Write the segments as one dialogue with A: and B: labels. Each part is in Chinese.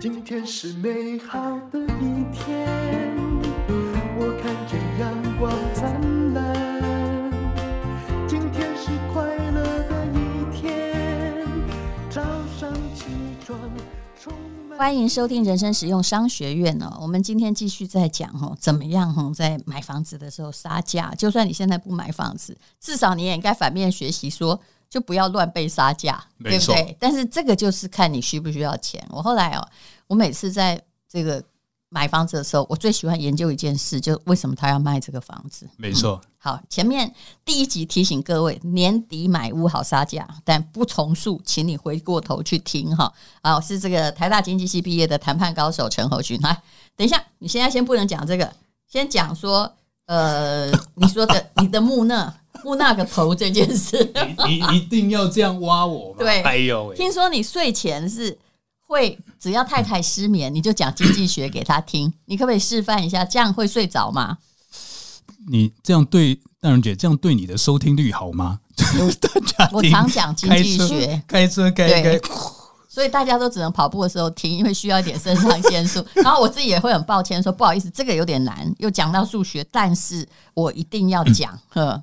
A: 今天是美好的一天，我看见阳光灿烂。今天是快乐的一天，早上起床充满。
B: 欢迎收听人生实用商学院哦。我们今天继续在讲哦，怎么样哦，在买房子的时候杀价。就算你现在不买房子，至少你也应该反面学习说，就不要乱被杀价，对
C: 没
B: 不
C: 错
B: 对？但是这个就是看你需不需要钱。我后来哦，我每次在这个买房子的时候，我最喜欢研究一件事，就是为什么他要卖这个房子。
C: 没错，
B: 好，前面第一集提醒各位，年底买屋好杀价，但不重述，请你回过头去听哈。啊，我是这个台大经济系毕业的谈判高手陈侯勋。来，啊等一下，你现在先不能讲这个，先讲说，呃，你说的你的木讷 木讷个头这件事。
C: 你你一定要这样挖我吗？
B: 对
C: 哎呦喂，
B: 听说你睡前是会，只要太太失眠，你就讲经济学给她听，你可不可以示范一下，这样会睡着吗？
C: 你这样对大人姐这样对你的收听率好吗？ 大家听
B: 我常讲经济
C: 开车
B: 学，
C: 开车开一
B: 对
C: 开，
B: 所以大家都只能跑步的时候听，因为需要一点肾上腺 素。然后我自己也会很抱歉说，不好意思，这个有点难，又讲到数学，但是我一定要 讲。呵，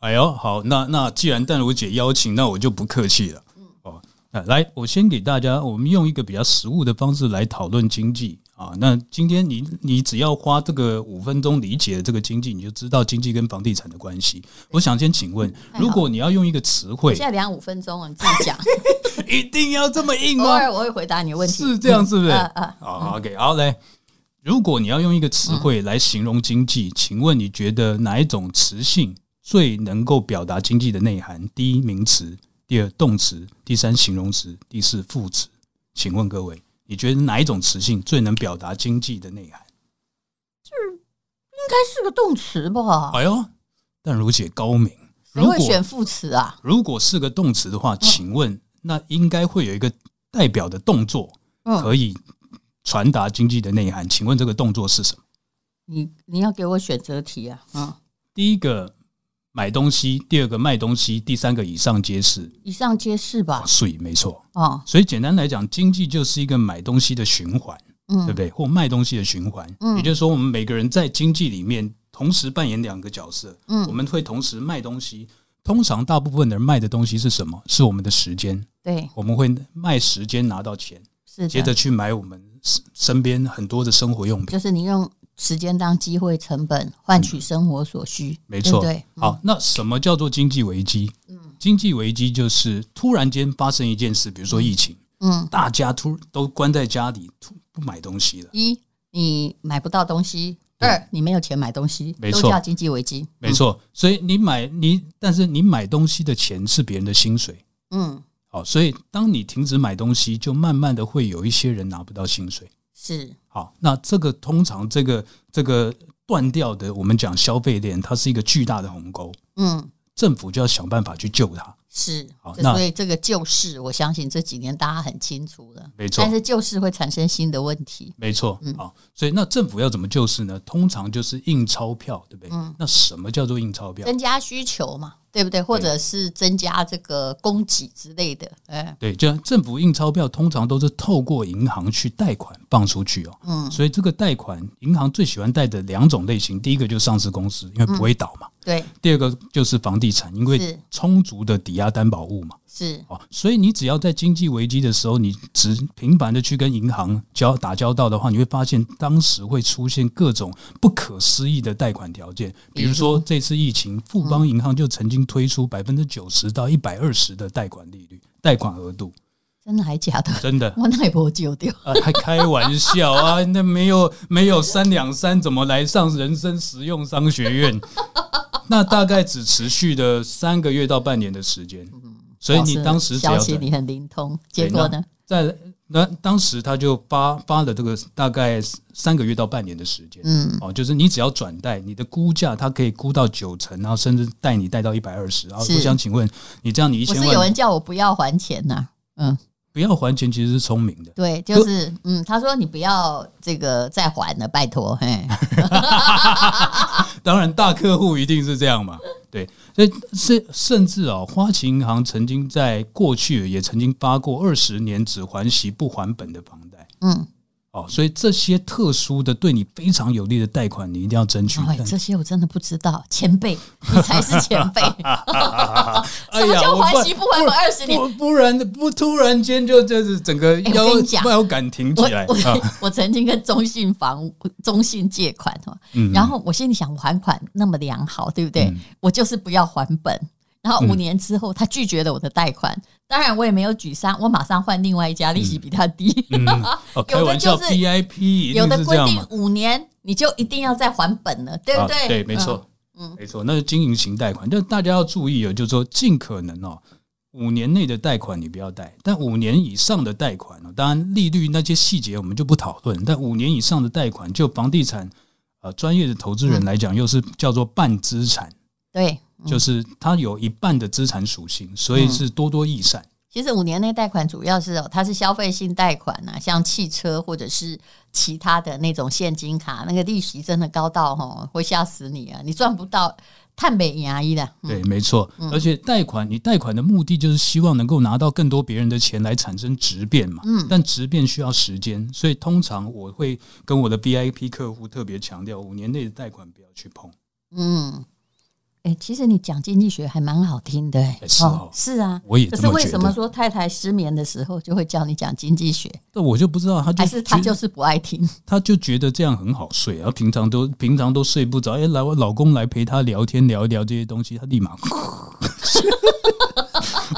C: 哎呦，好，那那既然淡如姐邀请，那我就不客气了。
B: 嗯
C: 哦，那来，我先给大家，我们用一个比较实务的方式来讨论经济啊。那今天你你只要花这个五分钟理解这个经济，你就知道经济跟房地产的关系。我想先请问，
B: 好
C: 如果你要用一个词汇
B: 现，在两五分钟了，你自 己讲。
C: 一定要这么硬
B: 偶
C: 吗？
B: 尔我会回答你的问题。
C: 哦是这样，是不是？
B: 嗯嗯
C: 好，OK，好来。如果你要用一个词汇来形容经济，
B: 嗯
C: 请问你觉得哪一种词性最能够表达经济的内涵？第一，名词；第二，动词；第三，形容词；第四，副词。请问各位，你觉得哪一种词性最能表达经济的内涵？
B: 应该是个动词吧？
C: 哎呦，但如姐高明。
B: 谁
C: 如
B: 会
C: 果
B: 选嗯副词啊？
C: 如果是个动词的话，请问那应该会有一个代表的动作
B: 嗯，
C: 可以传达经济的内涵。请问这个动作是什么？
B: 你你要给我选择题啊？嗯，
C: 第一个买东西，第二个卖东西，第三个以上皆是
B: 以上皆是吧？
C: 税，没错。
B: 哦，
C: 所以简单来讲，经济就是一个买东西的循环，
B: 嗯，
C: 对不对？或卖东西的循环。
B: 嗯
C: 也就是说，我们每个人在经济里面同时扮演两个角色，
B: 嗯
C: 我们会同时卖东西。通常大部分的人卖的东西是什么？是我们的时间，
B: 对，
C: 我们会卖时间拿到钱，
B: 是
C: 接
B: 的
C: 着，去买我们身身边很多的生活用品。
B: 就是你用时间当机会成本换取生活所需，
C: 没错，
B: 嗯对不嗯对，
C: 好，那什么叫做经济危机？经济危机就是突然间发生一件事，比如说疫情，
B: 嗯。
C: 大家突都关在家里，突不买东西了。
B: 一你买不到东西，二你没有钱买东西，
C: 没
B: 都
C: 错
B: 叫经济危机。
C: 没错，所以你买你，但是你买东西的钱是别人的薪水。
B: 嗯，
C: 好，所以当你停止买东西，就慢慢的会有一些人拿不到薪水。
B: 是
C: 好，那这个通常这个这个断掉的，我们讲消费链，它是一个巨大的鸿沟，
B: 嗯
C: 政府就要想办法去救它。
B: 是
C: 好，
B: 这
C: 那
B: 所以这个救市，我相信这几年大家很清楚了。
C: 没错
B: 但是救市会产生新的问题。
C: 没错，
B: 嗯
C: 好，所以那政府要怎么救市呢？通常就是印钞票，对不对？
B: 嗯
C: 那什么叫做印钞票？
B: 增加需求嘛，对不对？或者是增加这个供给之类的，哎，
C: 对，就政府印钞票，通常都是透过银行去贷款放出去哦。
B: 嗯，
C: 所以这个贷款，银行最喜欢贷的两种类型，第一个就是上市公司，因为不会倒嘛；
B: 对，
C: 第二个就是房地产，
B: 嗯
C: 因
B: 是
C: 为充足的抵押担保物嘛。
B: 是
C: 哦，所以你只要在经济危机的时候，你只频繁的去跟银行交打交道的话，你会发现当时会出现各种不可思议的贷款条件，比
B: 比如
C: 如说这次疫情，富邦银行就曾经推出百分之九十到一百二十的贷款利率、贷款额度，
B: 真的还假的？
C: 真的。
B: 我那也不救掉，
C: 啊，还开玩笑啊！ 那没有没有三两三，怎么来上人生实用商学院？那大概只持续了三个月到半年的时间，所以你当时
B: 嗯
C: 只
B: 消
C: 要
B: 息
C: 在
B: 你很灵通，结
C: 对
B: 果呢？？
C: 那在那当时他就发发了这个大概三个月到半年的时间，
B: 嗯，
C: 哦，就是你只要转贷，你的估价它可以估到九成，然后甚至带你带到一百二十。然后
B: 是
C: 我想请问你这样，你一
B: 不
C: 千
B: 是有
C: 万
B: 人叫我不要还钱呐、嗯，
C: 不要还钱，其实是聪明 的。
B: 对，就是嗯，他说你不要这个再还了，拜托， 嘿，
C: 当然，大客户一定是这样嘛，对。所以甚甚至哦，花旗银行曾经在过去也曾经发过二十年只还息不还本的房贷，
B: 嗯，
C: 哦，所以这些特殊的对你非常有利的贷款，你一定要争取。
B: 哎，这些我真的不知道，前 辈，你才是前辈，
C: 哎
B: 什么
C: 呀，
B: 叫
C: 我
B: 还息不还本二十年？
C: 不不然不突然间就就是整个
B: 哎
C: 腰
B: 我跟你讲
C: 腰杆挺起
B: 我
C: 来啊
B: 我！ 我曾经跟中信房中信借款哈，
C: 嗯
B: 然后我心里想我还款那么良好，对不对？我就是不要还本。然后
C: 嗯
B: 五年之后，他拒绝了我的贷款，当然我也没有沮丧，我马上换另外一家，利息比他低。
C: 哦，开玩笑
B: 有的就是
C: ，VIP 嗯一
B: 有
C: 定
B: 的
C: 是这
B: 规
C: 样
B: 定
C: 嘛？
B: 五年你就一定要再还本了，对不
C: 啊，
B: 对？嗯
C: 对，没错，没错，那是经营型贷款。但大家要注意哦，就是说尽可能哦，五年内的贷款你不要贷，但五年以上的贷款哦，当然利率那些细节我们就不讨论，但五年以上的贷款，就房地产呃专业的投资人来讲，又是叫做半资产，
B: 对。嗯
C: 就是它有一半的资产属性，所以是多多益善。
B: 其实五年内贷款主要是哦，它是消费性贷款呐、像汽车或者是其他的那种现金卡，那个利息真的高到吼会吓死你啊！你赚不到碳北牙医的，嗯
C: 对，没错。而且贷款，你贷款的目的就是希望能够拿到更多别人的钱来产生质变嘛。嗯。但质变需要时间，所以通常我会跟我的 VIP 客户特别强调，五年内的贷款不要去碰。
B: 嗯。哎、其实你讲经济学还蛮好听的、哎
C: 哎是哦
B: 是啊，
C: 我也
B: 可
C: 这
B: 是
C: 么
B: 为
C: 觉
B: 什么
C: 得
B: 说太太失眠的时候就会叫你讲经济学，
C: 那我就不知道，他就
B: 还是她
C: 觉
B: 就是不爱 听？
C: 他就觉得这样很好睡，然后平常都平常都睡不着，哎，来我老公来陪他聊天聊一聊这些东西，他立马，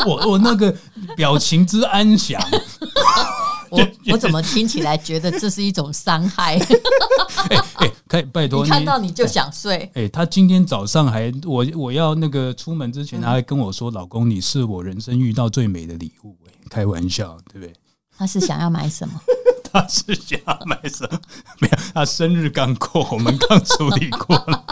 C: 我我那个表情之安详。
B: 我我怎么听起来觉得这是一种伤 害？
C: 哎哎，可以拜托
B: 你看到你就想睡，
C: 哎、他今天早上还我我要那个出门之
B: 嗯
C: 前，他还跟我说：“老公，你是我人生遇到最美的礼物。”哎，开玩笑，对不对？
B: 他是想要买什么？
C: 他是想要买什么？ 没有，他生日刚过，我们刚处理过了，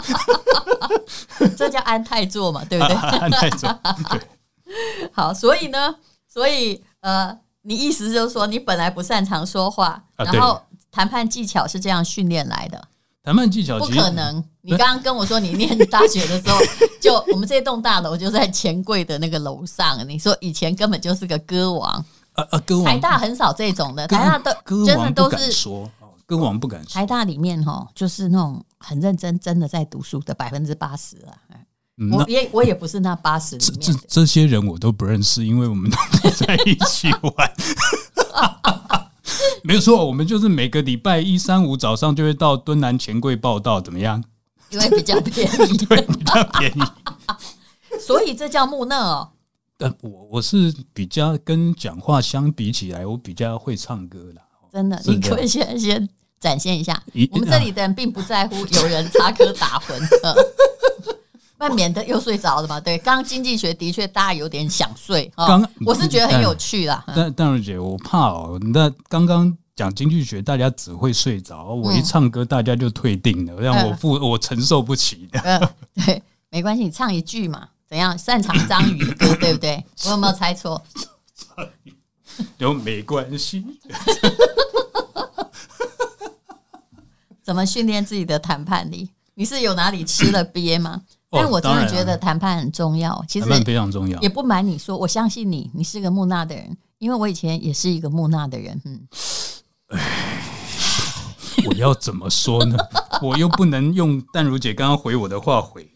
B: 这叫安泰座嘛，对不
C: 啊
B: 对？
C: 那种对。
B: 好，所以呢，所以呃，你意思就是说，你本来不擅长说话，
C: 啊
B: 然后谈判技巧是这样训练来的，
C: 谈判技巧
B: 不
C: 哦其实
B: 可能。你刚刚跟我说你念大学的时 候，就我们这栋大楼就在钱柜的那个楼上，你说以前根本就是个歌王，
C: 啊啊，歌
B: 台
C: 王
B: 大很少这种的，
C: 歌
B: 台大都
C: 歌
B: 真的
C: 王
B: 都
C: 不敢
B: 是。
C: 说，哦歌王不敢
B: 台
C: 说。
B: 大里面哈，就是那种很认真、真的在读书的百分之八十啊，
C: 嗯
B: 我
C: 那
B: 也我也不是那八十里
C: 这
B: 面
C: 这
B: 的。
C: 这些人我都不认识，因为我们都不在一起玩。 没错，我们就是每个礼拜一、三、五早上就会到敦南钱柜报道，怎么样？
B: 因为比较便宜，
C: 对，比较便宜。
B: 所以这叫木讷哦。
C: 但我我是比较跟讲话相比起来，我比较会唱歌啦。
B: 真的，
C: 是
B: 你可不
C: 的
B: 可以先先展现一下
C: 一？
B: 我们这里的人并不在乎有人插科打诨， 呃那免得又睡着了嘛。对，刚刚经济学的确大家有点想睡啊，
C: 刚
B: 我是觉得很有趣啦。嗯
C: 但但是姐，我怕哦，那刚刚。讲经济学，大家只会睡着；我
B: 嗯
C: 一唱歌，大家就退订了，让我负我承受不起的。
B: 呃，对，没关系，你唱一句嘛，怎样？擅长章鱼的 歌，对不对？我有没有猜错？
C: 有没关系，
B: 怎么训练自己的谈判力？你是有哪里吃了鳖吗？
C: 哦
B: 但我真
C: 当
B: 的
C: 然啊
B: 觉得谈判很重要。其实
C: 谈判非常重要
B: 也。不瞒你说，我相信你，你是个木讷的人，因为我以前也是一个木讷的人。嗯，
C: 我要怎么说 呢？我又不能用淡如姐刚刚回我的话回。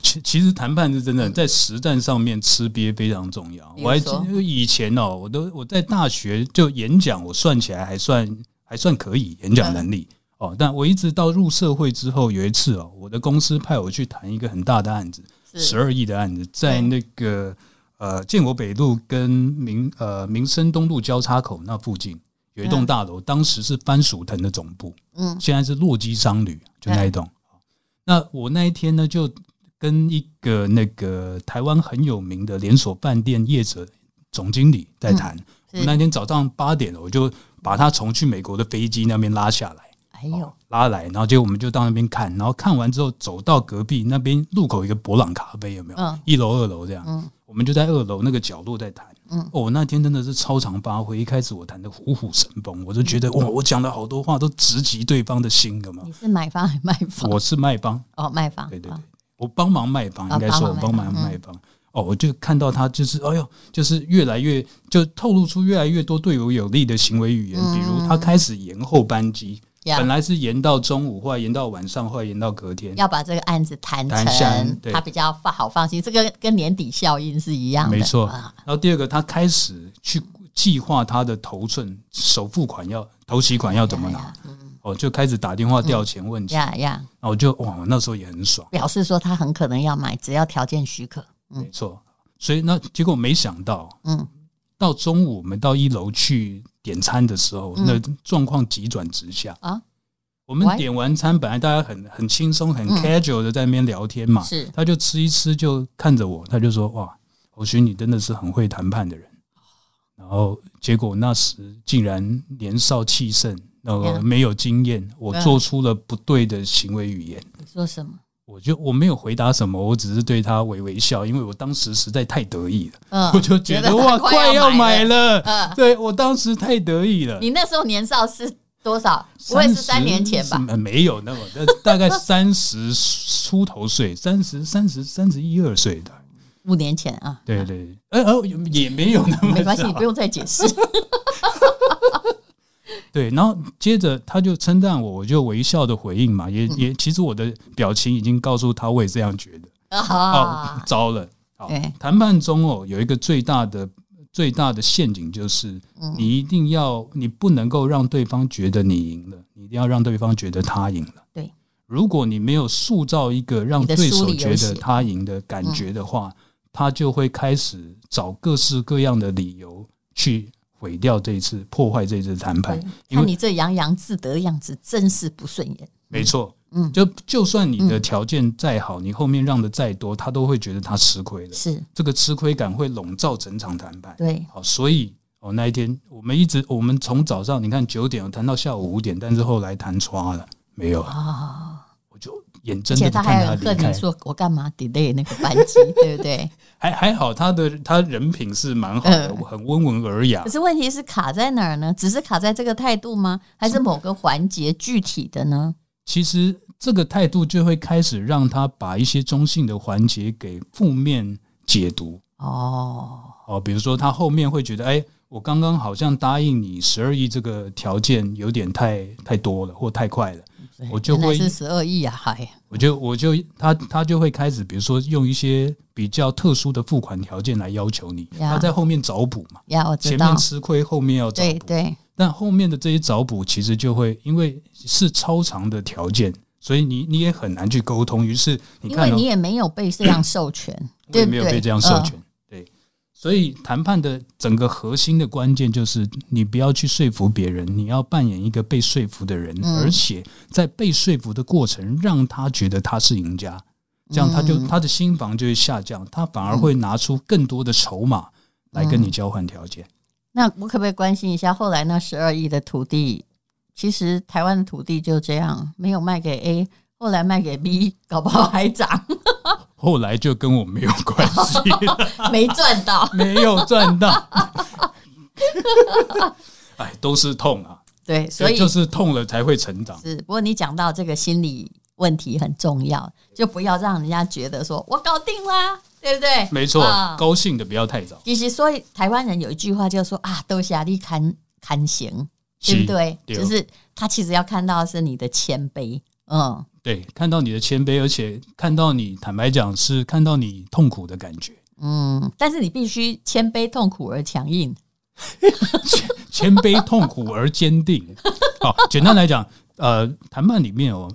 C: 其其实谈判是真的，在实战上面吃瘪非常重要。
B: 比如
C: 我还记
B: 说
C: 以前哦，我都我在大学就演讲，我算起来还算还算可以，演讲能
B: 嗯
C: 力哦。但我一直到入社会之后，有一次哦，我的公司派我去谈一个很大的案子，十
B: 是
C: 二亿的案子，在那个呃建国北路跟民呃民生东路交叉口那附近有一栋大楼，当时是番薯藤的总部，
B: 嗯
C: 现在是洛基商旅，就那一栋。那我那一天呢，就跟一个那个台湾很有名的连锁饭店业者总经理在谈。我
B: 是
C: 那天早上八点了，我就把他从去美国的飞机那边拉下来。
B: 哎呦，
C: 哦拉来，然后结果我们就到那边看，然后看完之后走到隔壁那边路口有一个博朗咖啡，有没有？
B: 嗯
C: 一楼、二楼这样，
B: 嗯
C: 我们就在二楼那个角落在谈。
B: 嗯
C: 哦，我那天真的是超常发挥，一开始我谈的虎虎生风，我就觉
B: 嗯
C: 得哇，我讲了好多话都直击对方的心，有没有
B: 你是买方还是卖方？
C: 我是卖方，
B: 哦，卖方。
C: 对对对
B: 啊，
C: 我帮忙卖方，
B: 啊
C: 应该说我
B: 帮忙卖方
C: 帮
B: 嗯
C: 忙卖方。哦，我就看到他就是，哎呦，就是越来越就透露出越来越多对我有利的行为语
B: 嗯
C: 言，比如他开始延后班机，
B: 呀
C: 本来是延到中午，后来延到晚上，后来延到隔天。
B: 要把这个案子谈
C: 谈下
B: 成，
C: 对
B: 他比较放好放心。这个跟年底效应是一样的，
C: 没错。
B: 啊
C: 然后第二个，他开始去计划他的头寸、首付款要、头期款要怎么拿
B: 呀，嗯
C: 哦，就开始打电话调钱问钱。
B: 呀呀，
C: 然后我就哇，那时候也很爽，
B: 表示说他很可能要买，只要条件许可。
C: 没错。所以那结果没想到，
B: 嗯，
C: 到中午我们到一楼去点餐的时候，
B: 嗯
C: 那状况急转直下
B: 啊！
C: 我们
B: Why？
C: 点完餐，本来大家很很轻松、很
B: 嗯
C: casual 的在那边聊天嘛，
B: 是
C: 他就吃一吃，就看着我，他就说：“哇，侯勋，你真的是很会谈判的人。”然后结果那时竟然年少气盛，然后
B: Yeah
C: 没有经验，我
B: 嗯
C: 做出了不对的行为语言。
B: 你说什么？
C: 我就我没有回答什么，我只是对他微微笑，因为我当时实在太得意了，
B: 嗯
C: 我就觉得
B: 他
C: 哇，快要买
B: 了。
C: 了，
B: 嗯
C: 对我当时太得意了。
B: 你那时候年少是多少？不会是三年前吧？
C: 30？呃没有那么，但大概三十出头岁，三十、三十、三十一二岁的，
B: 五年前啊，
C: 对对，呃呃，也没有那么
B: 没 关系，
C: 早
B: 你不用再解释。
C: 对，然后接着他就称赞我，我就微笑的回应嘛，也、
B: 嗯
C: 也其实我的表情已经告诉他我也这样觉得。哦
B: 啊，，哎
C: 糟了！好
B: 对，
C: 谈判中哦，有一个最大的最大的陷阱就是，
B: 嗯
C: 你一定要，你不能够让对方觉得你赢了，你一定要让对方觉得他赢了。
B: 对，
C: 如果你没有塑造一个让
B: 你的
C: 对
B: 书
C: 手
B: 里有
C: 觉得
B: 写
C: 他赢的感觉的话，
B: 嗯
C: 他就会开始找各式各样的理由去毁掉这一次、破坏这一次谈判。因为
B: 看你这洋洋自得的样子，真是不顺眼。
C: 没错，
B: 嗯
C: 就就算你的条件再好，你后面让的再多，他都会觉得他吃亏的。
B: 是
C: 这个吃亏感会笼罩整场谈判。
B: 对，
C: 好，所以哦那一天我们一直我们从早上你看九点谈到下午五点，但是后来谈穿了没有？
B: 哦，
C: 我就眼
B: 而
C: 睁
B: 且
C: 睁
B: 他
C: 地
B: 还
C: 看
B: 有
C: 他
B: 恨
C: 离开
B: 你。说，我干嘛 delay 那个班 机，对不对？
C: 还还好他的他人品是蛮好的，
B: 嗯
C: 很温文尔雅
B: 可。是问题是卡在哪儿呢？只是卡在这个态度吗？还是某个环节具体的呢？
C: 其实这个态度就会开始让他把一些中性的环节给负面解读。
B: 哦，
C: 哦，比如说他后面会觉得，哎，我刚刚好像答应你十二亿这个条件有点太太多了，或太快了，我就
B: 原来
C: 会
B: 是十二亿啊，还
C: 我就我就他他就会开始，比如说用一些比较特殊的付款条件来要求你，
B: 呀
C: 他在后面找补嘛，
B: 呀，我知
C: 前
B: 道
C: 面，吃亏，后面要找
B: 对
C: 补。
B: 对，
C: 但后面的这些找补其实就会因为是超长的条件，所以你你也很难去沟通。于是你
B: 因
C: 看、
B: 为
C: 哦，
B: 你也没有被这样授权，
C: 我
B: 对
C: 也
B: 不
C: 没
B: 对？
C: 有被这样授
B: 嗯
C: 权。对，所以谈判的整个核心的关键就是，你不要去说服别人，你要扮演一个被说服的人，
B: 嗯
C: 而且在被说服的过程，让他觉得他是赢家，这样他就、
B: 嗯
C: 他的心防就会下降，他反而会拿出更多的筹码来跟
B: 嗯
C: 你交换条件。
B: 那我可不可以关心一下，后来那十二亿的土地，其实台湾的土地就这样，没有卖给 A，后来卖给 B，搞不好还 涨，
C: 后来就跟我没有关 系，
B: 没赚到。
C: 没有赚到。哎，都是痛啊，
B: 对，所以
C: 就是痛了才会成长。
B: 是，不过你讲到这个心理问题很重要，就不要让人家觉得说我搞定啦，对不对？
C: 没错，
B: 啊
C: 高兴的不要太早。
B: 其实，所以台湾人有一句话就说啊，都下你看看行，对
C: 是
B: 不对？
C: 对
B: 就是他其实要看到的是你的谦卑，嗯，
C: 对，看到你的谦卑，而且看到你，坦白讲是看到你痛苦的感觉。
B: 嗯，但是你必须谦卑、痛苦而强硬。
C: 谦谦卑、痛苦而 坚定。好，简单来讲，呃，谈判里面哦，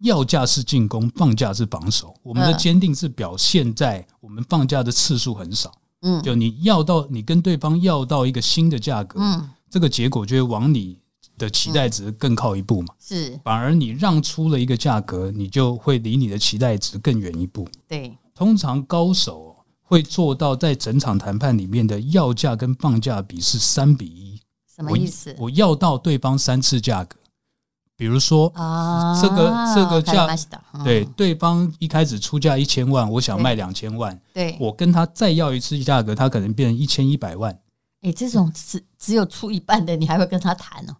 C: 要价是进攻，放价是防守。我们的
B: 嗯
C: 坚定是表现在我们放价的次数很少。
B: 嗯
C: 就你要到你跟对方要到一个新的价格，
B: 嗯，
C: 这个结果就会往你的期待值更靠一步嘛。
B: 是
C: 反而你让出了一个价格，你就会离你的期待值更远一步。
B: 对，
C: 通常高手会做到在整场谈判里面的要价跟放价比是三比一。
B: 什么意思
C: 我？我要到对方三次价格，比如说，
B: 啊
C: 这个这个价
B: わかりました嗯
C: 对对方一开始出价一千万，我想卖两千万，
B: 对，
C: 我跟他再要一次价格，他可能变成一千一百万。
B: 哎，这种只只有出一半的，你还会跟他谈哦？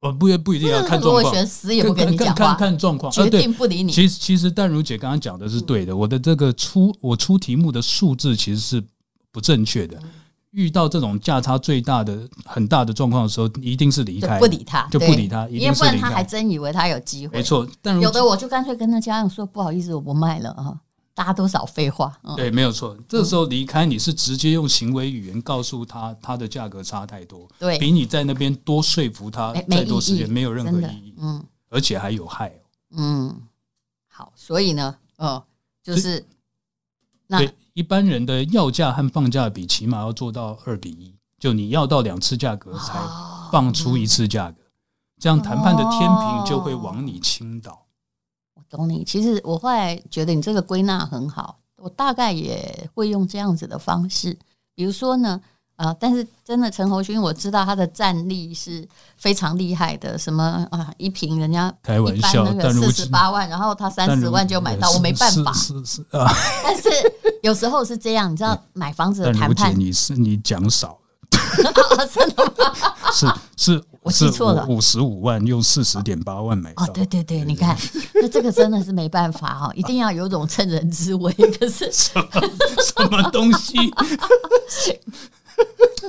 C: 呃，不不一定要看
B: 如
C: 状
B: 果
C: 况，
B: 选死也不跟你讲
C: 看
B: 话，
C: 看状况，
B: 决
C: 呃对
B: 定不理你。
C: 其实其实淡如姐刚刚讲的是对
B: 嗯
C: 的，我的这个出我出题目的数字其实是不正确
B: 嗯
C: 的。遇到这种价差最大的很大的状况的时候，一定是离
B: 就
C: 开，
B: 不理他，
C: 就不
B: 对
C: 理他，一
B: 因
C: 哎
B: 为
C: 定
B: 不
C: 是
B: 然
C: 离
B: 他还
C: 开。
B: 真以为他有机会。
C: 没，错，淡如
B: 有的我就干脆跟他家长说，不好意思，我不卖了啊，大家都少废话。嗯，
C: 对，没有错。这时候离开，你是直接用行为语言告诉他，他的价格差太多，
B: 对
C: 比你在那边多说服他
B: 没没
C: 再多时
B: 意
C: 间
B: 义
C: 没有任何
B: 真的
C: 意义，
B: 嗯
C: 而且还有害哦。
B: 嗯，好，所以呢，呃，就是那
C: 对，一般人的要价和放价比起码要做到二比一，就你要到两次价格才
B: 哦
C: 放出一次价格，这样谈判的天平就会往你倾
B: 哦
C: 倒。
B: 我懂你。其实我后来觉得你这个归纳很好，我大概也会用这样子的方式。比如说呢，啊，但是真的陈侯勋，我知道他的战力是非常厉害的，什么啊，一瓶人家
C: 开玩
B: 一般
C: 笑
B: 那个
C: 但
B: 四
C: 如果
B: 十八万，然后他三十万就买到，我没办 法。
C: 是是是啊，
B: 但是有时候是这样，你知道，买房子的
C: 但如
B: 谈
C: 姐
B: 判，
C: 你是你讲少了，
B: 真的吗？
C: 是是，
B: 我记错了
C: 五十五万用四十点八万买到，
B: 哦，对对对，你看，那这个真的是没办法哈、哦，一定要有种趁人之危。可是
C: 什么东西？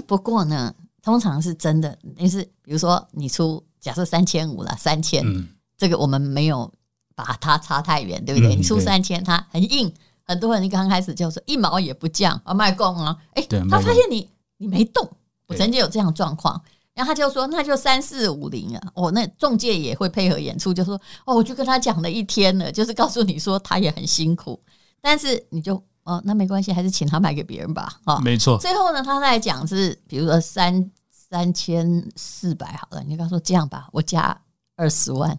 B: 不过呢，通常是真的，就是比如说你出假设三千五了，三千、
C: 嗯，
B: 这个我们没有把它差太远，对不对？
C: 嗯
B: 你出
C: 对
B: 三千，它很硬，很多人刚开始就说一毛也不降啊，卖供啊，哎
C: 对，
B: 他
C: 卖
B: 发
C: 供
B: 现你你没动，我
C: 对
B: 曾经有这样的状况。然后他就说，那就三四五零啊，我、那中介也会配合演出，就说哦，我就跟他讲了一天了，就是告诉你说他也很辛苦，但是你就哦，那没关系，还是请他卖给别人吧，啊、哦，
C: 没错，
B: 最后呢，他再讲是，比如说三三千四百好了，你就跟他说这样吧，我加二十万，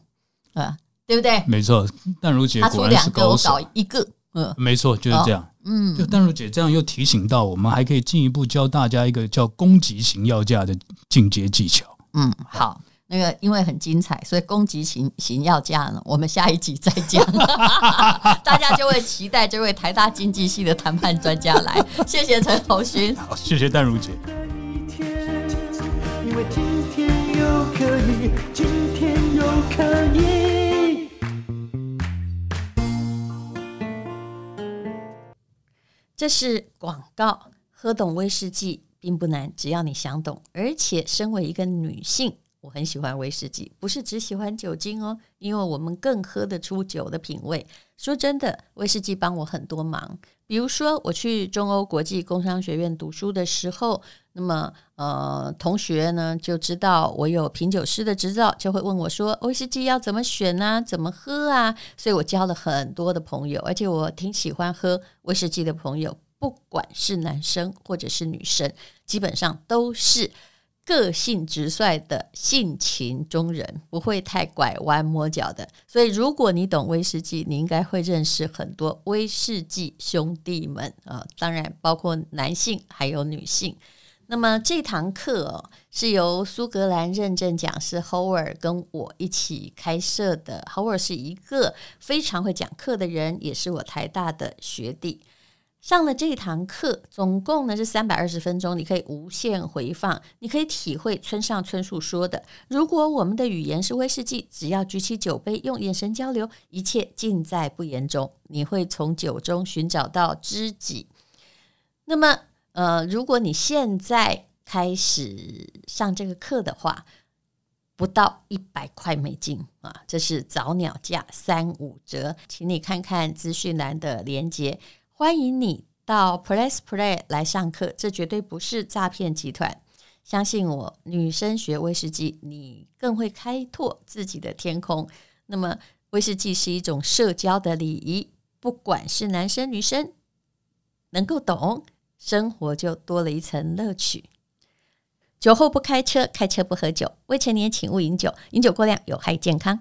B: 啊，对不对？
C: 没错。淡如姐
B: 他出
C: 果然
B: 两
C: 是
B: 个，
C: 高
B: 我
C: 手
B: 搞，一个，嗯
C: 没错，就是这样。就
B: 嗯，
C: 淡如姐这样又提醒到我们，还可以进一步教大家一个叫攻击型要价的进阶技巧。
B: 嗯，好。那个因为很精彩，所以攻击型型要价呢，我们下一集再讲， 大家就会期待这位台大经济系的谈判专家来。谢谢陈侯勋。
C: 好，谢谢淡如姐。
A: 一天，因为今天又可以，今天又可以。
B: 这是广告。喝懂威士忌并不难，只要你想懂。而且，身为一个女性，我很喜欢威士忌，不是只喜欢酒精哦，因为我们更喝得出酒的品味。说真的，威士忌帮我很多忙。比如说，我去中欧国际工商学院读书的时候，那么呃，同学呢就知道我有品酒师的执照，就会问我说威士忌要怎么选啊，怎么喝啊。所以我交了很多的朋友，而且我挺喜欢喝威士忌的朋友，不管是男生或者是女生，基本上都是个性直率的性情中人，不会太拐弯抹角的。所以，如果你懂威士忌，你应该会认识很多威士忌兄弟们啊、呃当然包括男性还有女性。那么这堂课、哦、是由苏格兰认证讲师 Howard 跟我一起开设的。Howard 是一个非常会讲课的人，也是我台大的学弟。上了这堂课，总共呢是三百二十分钟，你可以无限回放，你可以体会村上春树说的：如果我们的语言是威士忌，只要举起酒杯，用眼神交流，一切尽在不言中。你会从酒中寻找到知己。那么，呃，如果你现在开始上这个课的话，不到一百块美金啊，这是早鸟价三五折，请你看看资讯栏的连接。欢迎你到 Press Play 来上课，这绝对不是诈骗集团。相信我，女生学威士忌，你更会开拓自己的天空。那么，威士忌是一种社交的礼仪，不管是男生女生，能够懂，生活就多了一层乐趣。酒后不开车，开车不喝酒。未成年请勿饮酒，饮酒过量有害健康。